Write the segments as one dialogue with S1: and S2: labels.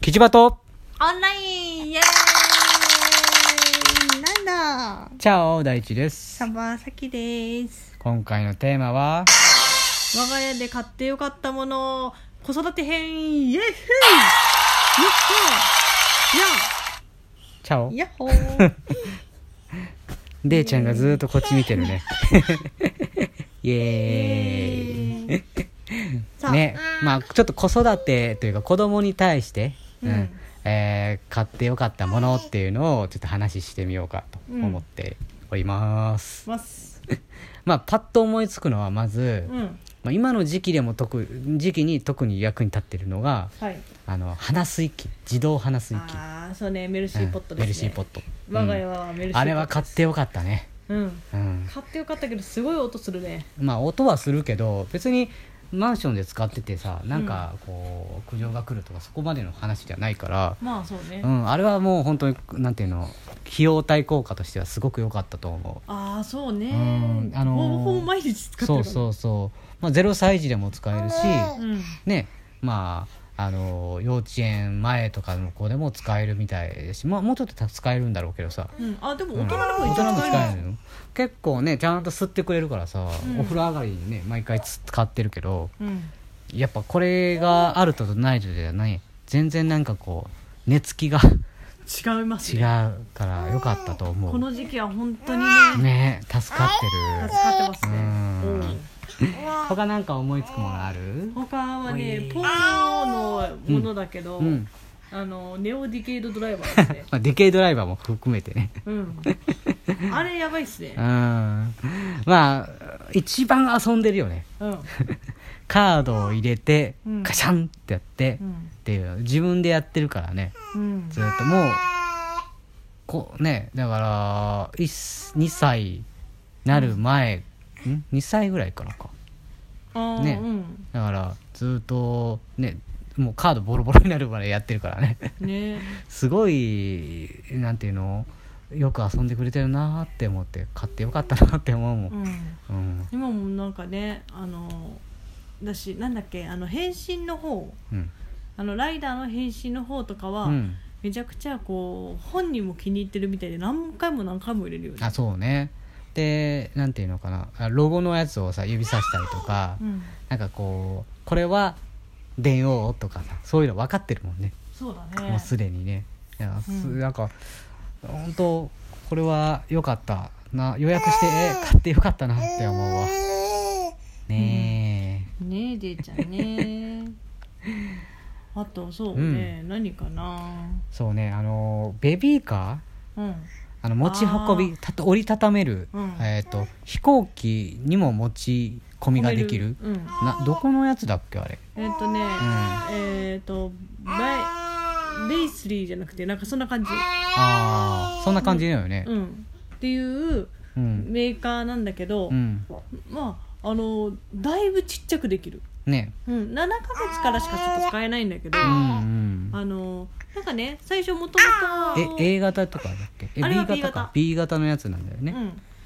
S1: キジバト
S2: オンラインイエーイなんだ
S1: チャオ大地です
S2: サバサキです
S1: 今回のテーマは
S2: 我が家で買ってよかったもの子育て編イエーイやっ
S1: チャオ
S2: ほーやっほー
S1: デイちゃんがずーっとこっち見てる ねイエーイ
S2: さあ、
S1: ねまあちょっと子育てというか子供に対して、うん
S2: うん
S1: えー買ってよかったものっていうのをちょっと話してみようかと思っております、
S2: ます
S1: まあパッと思いつくのはまず、
S2: うん
S1: まあ、今の時期でも特時期に特に役に立ってるのが
S2: はい
S1: あの鼻水器自動鼻水器
S2: ああそうねメルシーポット
S1: うんメル
S2: です
S1: シ
S2: ね、
S1: ーポット、
S2: 我が家
S1: うん
S2: はメルシーポット、
S1: あれは買ってよかったね
S2: うん
S1: うん
S2: 買ってよかったけどすごい音するね
S1: まあ音はするけど別にマンションで使っててさなんかこう苦情が来るとかそこまでの話じゃないから、
S2: まあそうね、
S1: うん、あれはもう本当になんていうの費用対効果としてはすごく良かったと思う
S2: ああそうね
S1: うんあのー
S2: ほぼほぼ毎日使って
S1: そう
S2: るから
S1: そうそう、まあ、0歳児でも使えるし
S2: うん
S1: ねまああの幼稚園前とかの子でも使えるみたいですし、まあ、もうちょっと使えるんだろうけどさ、
S2: うん、あでも
S1: うん
S2: 大人でも
S1: 大
S2: 一
S1: 人
S2: 応
S1: も
S2: 使
S1: 使
S2: え
S1: え
S2: る
S1: るの結構ねちゃんと吸ってくれるからさ、
S2: うん
S1: お風呂上がりにね毎回使ってるけど
S2: うん
S1: やっぱこれがあるとないとではない全然なんかこう寝つきが
S2: 違います
S1: 違う
S2: ね
S1: から良かったと思
S2: こ
S1: う
S2: の時期は本当に
S1: ね
S2: ね
S1: 助かってる
S2: 助かってますね
S1: うん
S2: うん
S1: 他なんか思いつくものある
S2: 他は
S1: う
S2: ね
S1: ん
S2: ポーのものだけど、
S1: うん、
S2: あのネオディケイドドライバーですね
S1: まあ、ディケイドライバーも含めて ね
S2: うんあれやばいっす
S1: う
S2: ね
S1: んまあ一番遊んでるよね
S2: うん、
S1: カードを入れて
S2: うん
S1: カシャンってやって、
S2: う
S1: っ
S2: ん
S1: ていう自分でやってるからね
S2: うん
S1: ずっともうこうねだから2歳なる前、ん、2歳ぐらいからか
S2: あー
S1: ね
S2: うん
S1: だからずっとねもうカードボロボロになるまでやってるからね
S2: ね
S1: すごいなんていうのよく遊んでくれてるなーって思って買ってよかったなって思うも、
S2: うんん
S1: うん
S2: 今もなんかねあのだしなんだっけあの変身の方
S1: うん
S2: あのライダーの変身の方とかは、
S1: うん、
S2: めちゃくちゃこう本人も気に入ってるみたいで何回も何回も入れるよね
S1: あそうねでなんていうのかなあロゴのやつをさ指さしたりとか、
S2: うん
S1: なんかこうこれは電王とかさそういうの分かってるもんね、
S2: そうだ
S1: も
S2: ね
S1: うすでにねいや、す
S2: うん
S1: なんか本当これは良かったな予約してえ買って良かったなって思うわね
S2: ねえデイちゃんね あとそうね、何かな
S1: えそうねあのベビーカ
S2: うん
S1: ーあの持ち運
S2: あ
S1: びたと折りたためる、
S2: うん
S1: えー、と飛行機にも持ち込みができる
S2: 褒めうん
S1: などこのやつだっけあれ
S2: えっ、とね、えっ、とバイレイスリーじゃなくてなんかそんな感じ
S1: ああそんな感じだよね
S2: うんっていう
S1: うん、
S2: メーカーなんだけど、
S1: うん、
S2: まああのだいぶちっちゃくできる、
S1: ね
S2: うん、7ヶ月からしかちょっと使えないんだけど、
S1: うんうん
S2: あのなんかね最初もともと
S1: え A 型とかだっけえ
S2: あ
S1: B
S2: れは B
S1: 型か B 型のやつなんだよね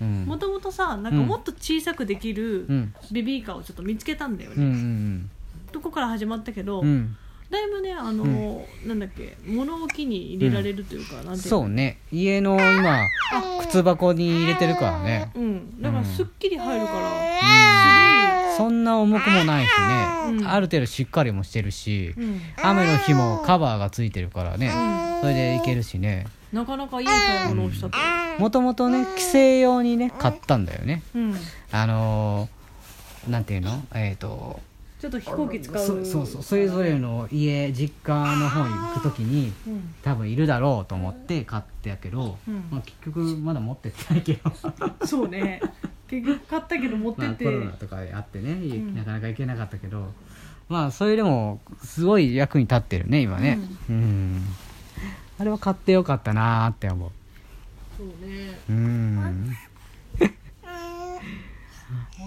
S1: うん
S2: もともとさなんか
S1: うん
S2: もっと小さくできる
S1: うん
S2: ベビーカーをちょっと見つけたんだよ
S1: うんう
S2: ね、
S1: ん
S2: どこから始まったけど、
S1: うんうん
S2: だいぶねあのー、なんだっけ物置に入れられるというか、なんていう
S1: そうね家の今靴箱に入れてるからね
S2: う、うん、だからすっきり入るから、
S1: そんな重くもないしね、
S2: うん
S1: ある程度しっかりもしてるし、
S2: うん
S1: 雨の日もカバーがついてるからね、それでいけるしね
S2: なかなかいい買い物をしたと、
S1: もともとね帰省用にね買ったんだよね
S2: うん
S1: あのー、なんていうのえっ、と
S2: ちょっと飛行機使う
S1: そそうそうそれぞれの家実家の方に行く時に
S2: うん
S1: 多分いるだろうと思って買ってやけど、
S2: うん
S1: まあ、結局まだ持ってってないけど
S2: そうね結局買ったけど持って
S1: まあ
S2: て、
S1: コロナとかあってね、
S2: ん
S1: なかなか行けなかったけどまあそれでもすごい役に立ってるね今ねうん、あれは買ってよかったなーって思う
S2: そうね
S1: うん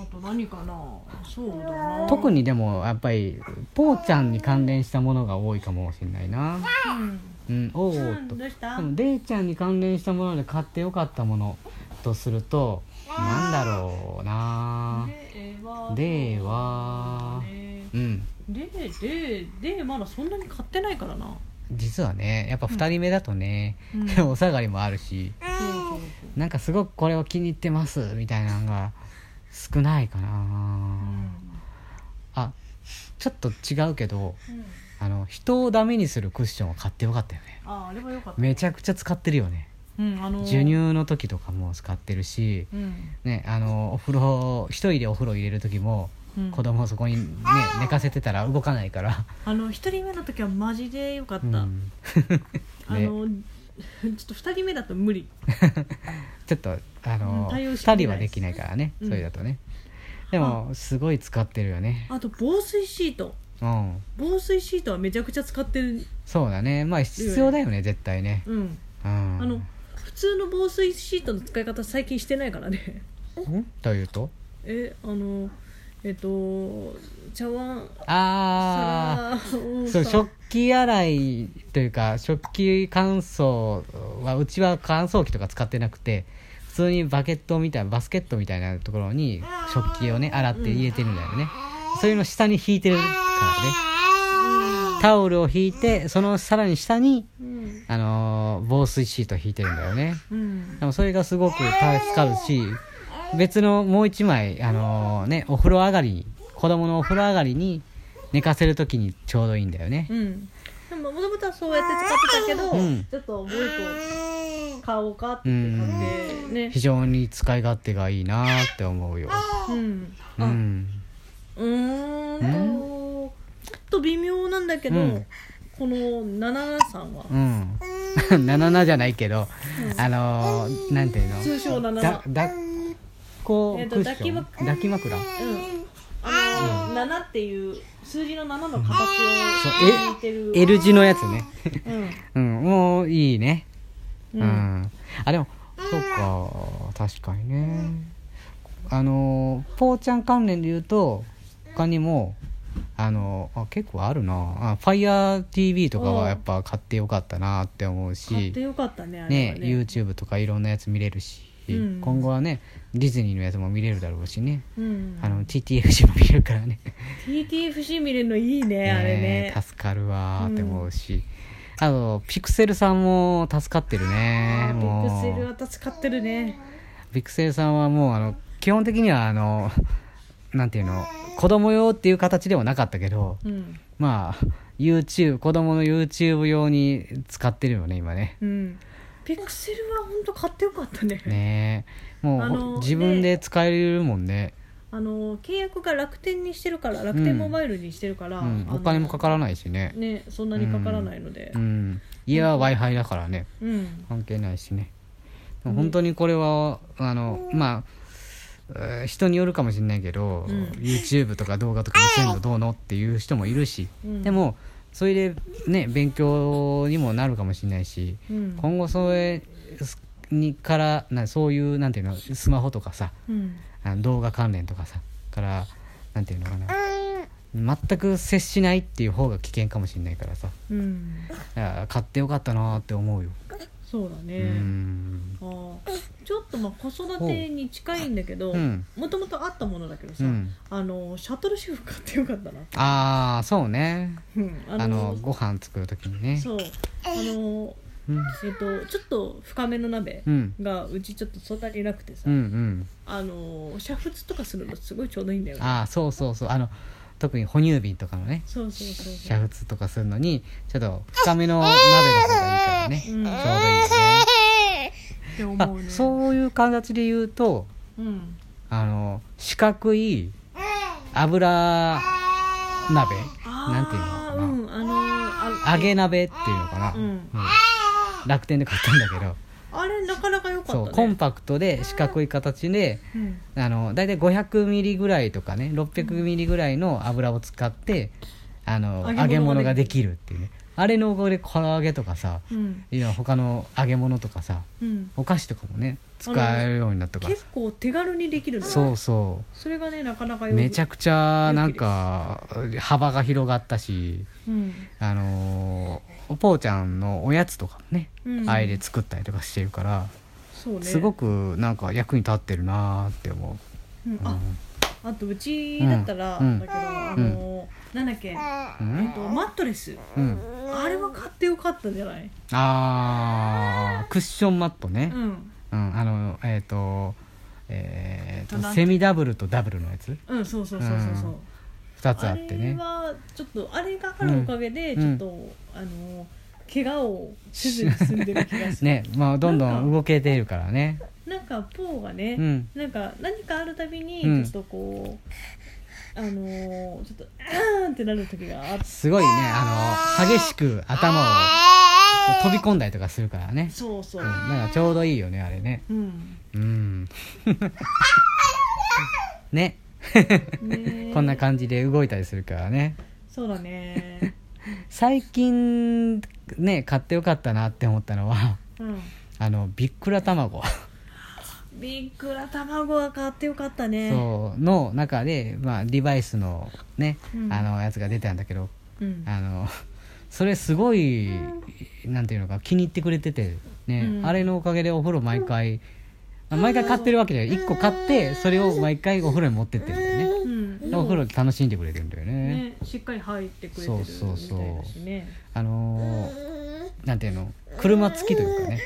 S2: あと何かなそうだな
S1: 特にでもやっぱりぽーちゃんに関連したものが多いかもしれないな
S2: うん
S1: うんお
S2: う
S1: ーっ
S2: ん
S1: と
S2: どうした
S1: でもレイちゃんに関連したもので買ってよかったものとするとなんだろうな
S2: では
S1: では
S2: ね
S1: うん
S2: でででまだそんなに買ってないからな
S1: 実はねやっぱ2人目だとね、
S2: うん
S1: でも お下がりもあるし
S2: そうそう
S1: なんかすごくこれを気に入ってますみたいなのが少ないかな、あちょっと違うけど
S2: そう、うん、
S1: あの人をダメにするクッションを買ってよかったよね
S2: あああれは良かった
S1: めちゃくちゃ使ってるよね
S2: うんあのー
S1: 授乳の時とかも使ってるし、
S2: うん、
S1: ね、あのお風呂一人でお風呂入れる時も
S2: うん、
S1: 子供をそこに、ね、寝かせてたら動かないから、
S2: あの一人目の時はマジで良かった、
S1: うん
S2: あ
S1: ね
S2: のちょっと二人目だと無理
S1: ちょっとあ
S2: うん
S1: の、
S2: 対
S1: 二
S2: 応しきれない
S1: 人はできないからね、
S2: うん
S1: それだとねでもすごい使ってるよね
S2: あと防水シート
S1: うん
S2: 防水シートはめちゃくちゃ使ってる
S1: そうだねまあ必要だよね絶対ね
S2: うん
S1: うん
S2: あの普通の防水シートの使い方最近してないからね
S1: んというと
S2: えあのえっと茶碗
S1: ああ
S2: 皿を
S1: そう
S2: さ
S1: 食器洗いというか食器乾燥はうちは乾燥機とか使ってなくて普通にバケットみたいなバスケットみたいなところに食器をね洗って入れてるんだよね、そういうの下に引いてるからねタオルを引いてそのさらに下に、
S2: うん
S1: あのー防水シートを引いてるんだよね
S2: うん
S1: でもそれがすごく助かるし別のもう一枚あのーねお風呂上がりに子供のお風呂上がりに寝かせる時にちょうどいいんだよね
S2: うんでももともとはそうやって使ってたけど、
S1: うん
S2: ちょっともう一個買おうかって買ってね
S1: 非常に使い勝手がいいなって思うよ
S2: うん
S1: う
S2: あ
S1: ん
S2: うーんとちょっと微妙なんだけど、
S1: うん
S2: この77さんは
S1: うん 77じゃないけどあのーなんていうの
S2: 通称77
S1: だだっこ
S2: えっと
S1: クッション
S2: 抱き
S1: 抱き枕
S2: うんあの、7っていう数字の7の形を
S1: そう
S2: 似てる
S1: L 字のやつね
S2: うん
S1: うんもういいね
S2: う
S1: うんん、あでもそうか確かにねあのーポーちゃん関連で言うと他にもあのーあ結構あるなあ FIRETV とか
S2: うん
S1: はやっぱ買ってよかったなって思う
S2: 買っ
S1: して
S2: よかったねあれは
S1: ね
S2: ね
S1: YouTube とかいろんなやつ見れるし、
S2: うん
S1: 今後はねディズニーのやつも見れるだろうしね、
S2: うん、
S1: あの TTFC も見れるからね
S2: TTFC 見れるのいいねあ れね
S1: え助かるわーって思うし、あとピクセルさんも助かってるね
S2: あ
S1: も
S2: ー
S1: う
S2: ビッグセルは助かってるね
S1: ビクセルさんはもうあの基本的にはあのなんていうの子供用っていう形ではなかったけど
S2: うん
S1: まあ YouTube 子供の YouTube 用に使ってるよね今ね
S2: うんピクセルは本当買ってよかったね
S1: ねえ
S2: あ
S1: も
S2: の
S1: う自分で使えるもんね
S2: あの契約が楽天にしてるから楽天モバイルにしてるから、
S1: うん
S2: あ、の
S1: お金もかからないしね、
S2: ねそんなにかからないので
S1: うん、家は w i f i だからね
S2: うん、
S1: 関係ないしねでも本当にこれはあのまあえー人によるかもしれないけど、
S2: うん
S1: YouTube とか動画とか見せるのどうのっていう人もいるし、
S2: うん
S1: でもそれでね勉強にもなるかもしれないし、
S2: うん
S1: 今後それにからなそういうなんていうのスマホとかさ
S2: うん
S1: あの動画関連とかさからなんていうのかな全く接しないっていう方が危険かもしれないからさ
S2: うん、
S1: だから買ってよかったなーって思うよ、
S2: そうだね、
S1: うん
S2: あーちょっとまあ子育てに近いんだけど
S1: うん
S2: もともとあったものだけどさ、
S1: うん
S2: あのシャトルシェフ買ってよかったな、
S1: ああそうね
S2: うん、あ
S1: あ
S2: の
S1: のご飯作る時にね
S2: そうあの
S1: うん、
S2: えっとちょっと深めの鍋
S1: うん、
S2: がうちちょっとそんなになくてさ、
S1: うんうん
S2: あの煮沸とかするのすごいちょうどいいんだよね
S1: ああそうそうそうあの特に哺乳瓶とかのね
S2: そうそうそうそ
S1: 煮
S2: う
S1: 沸とかするのにちょっと深めの鍋の方がいいからね、ち
S2: うん
S1: ょうどいいよね
S2: って思
S1: あ
S2: うね
S1: そういう形で言うと
S2: うん
S1: あの四角い油鍋なんていうの
S2: あ
S1: か
S2: ー
S1: な、
S2: うんあのーあ
S1: 揚げ鍋っていうのかな、
S2: うん
S1: 楽天で買ったんだけど、
S2: あれなかなか良かった
S1: そ
S2: ね
S1: うコンパクトで四角い形で
S2: うん
S1: あの大体500ミリぐらいとかね600ミリぐらいの油を使ってあの
S2: 揚
S1: 揚
S2: げ
S1: げ
S2: 物
S1: 物
S2: が
S1: が
S2: で
S1: で
S2: き
S1: きるっていうねあれのおかげで唐揚げとかさ
S2: うん
S1: いや他の揚げ物とかさ
S2: うん
S1: お菓子とかもね使えるようになったから
S2: 結構手軽にできるの
S1: そうそ
S2: それがねなかなか
S1: う
S2: よく
S1: めちゃくちゃなんか幅が広がったし
S2: うん
S1: あのーぽーちゃんのおやつとかもね、
S2: うん
S1: あれで作ったりとかしてるから、
S2: そうね
S1: すごくなんか役に立ってるなーって思
S2: うん
S1: う、
S2: ああとうちだった
S1: う
S2: らだけ
S1: ん
S2: どあのーなんだっけえ
S1: う
S2: っ
S1: ん
S2: とマットレス
S1: うん
S2: あれは買っててよかったんじゃない
S1: あークッションマットね
S2: う、ん
S1: うんあのえっ、とえー
S2: トラ
S1: と
S2: ン
S1: セミダブルとダブルのやつ
S2: うんそうそうそうそうそう、
S1: うん2つあってね
S2: れはちょっとあれがあるおかげで
S1: うん
S2: ちょっと、あの怪我をせずに済んでる気がする
S1: ねまあどんど
S2: なん
S1: ん
S2: か
S1: 動けてるからね
S2: なんかポーがね、
S1: うん
S2: なんか何かあるたびにち
S1: う
S2: ょ
S1: ん
S2: っとこう、あのーちょっと「あーん!」ってなる時があって
S1: すごいねあの激しく頭をこう飛び込んだりとかするからね、
S2: そうそう
S1: うん、だからちょうどいいよねあれね
S2: うん、
S1: うん ね
S2: ね
S1: こんな感じで動いたりするからね
S2: そうだね
S1: 最近ね買ってよかったなって思ったのは
S2: うん
S1: あのビックラ卵
S2: ビッグラ卵は買ってよかったね
S1: そうの中で、まあ、デバイスのね、
S2: うん
S1: あのやつが出たんだけど
S2: うん、
S1: あのそれすごい、なんていうのか気に入ってくれててね、
S2: うん
S1: あれのおかげでお風呂毎回、あ毎回買ってるわけじゃない1個買ってそれを毎回お風呂に持ってってるんだよね、
S2: うん、でも
S1: お風呂で楽しんでくれてるんだよね
S2: ねしっかり入ってくれてるみたいだしね
S1: そうそうそうあのーなんていうの車付きというかね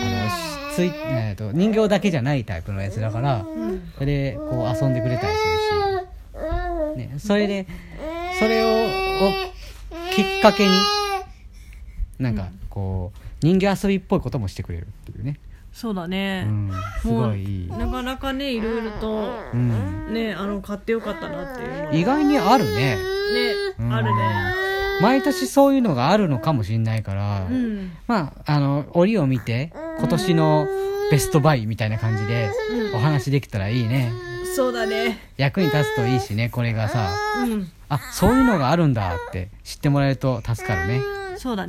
S1: あのしつい、えー、と人形だけじゃないタイプのやつだから
S2: うん
S1: それでこう遊んでくれたりするし、ね、それでそれををきっかけになんかこう人形遊びっぽいこともしてくれるっていうね、
S2: そうだ
S1: う
S2: ね、
S1: ん、すごいいい、
S2: なかなかねいろいろと
S1: うん、
S2: ねあの買ってよかったなっていうのが
S1: 意外にあるね
S2: ね、
S1: うん
S2: あるね
S1: 毎年そういうのがあるのかもしれないから、
S2: うん
S1: まあ、あの、折を見て、今年のベストバイみたいな感じで、お話できたらいいね。
S2: そうだね
S1: 役に立つといいしね、これがさ、
S2: うん
S1: あ、そういうのがあるんだって知ってもらえると助かるね。
S2: そうだね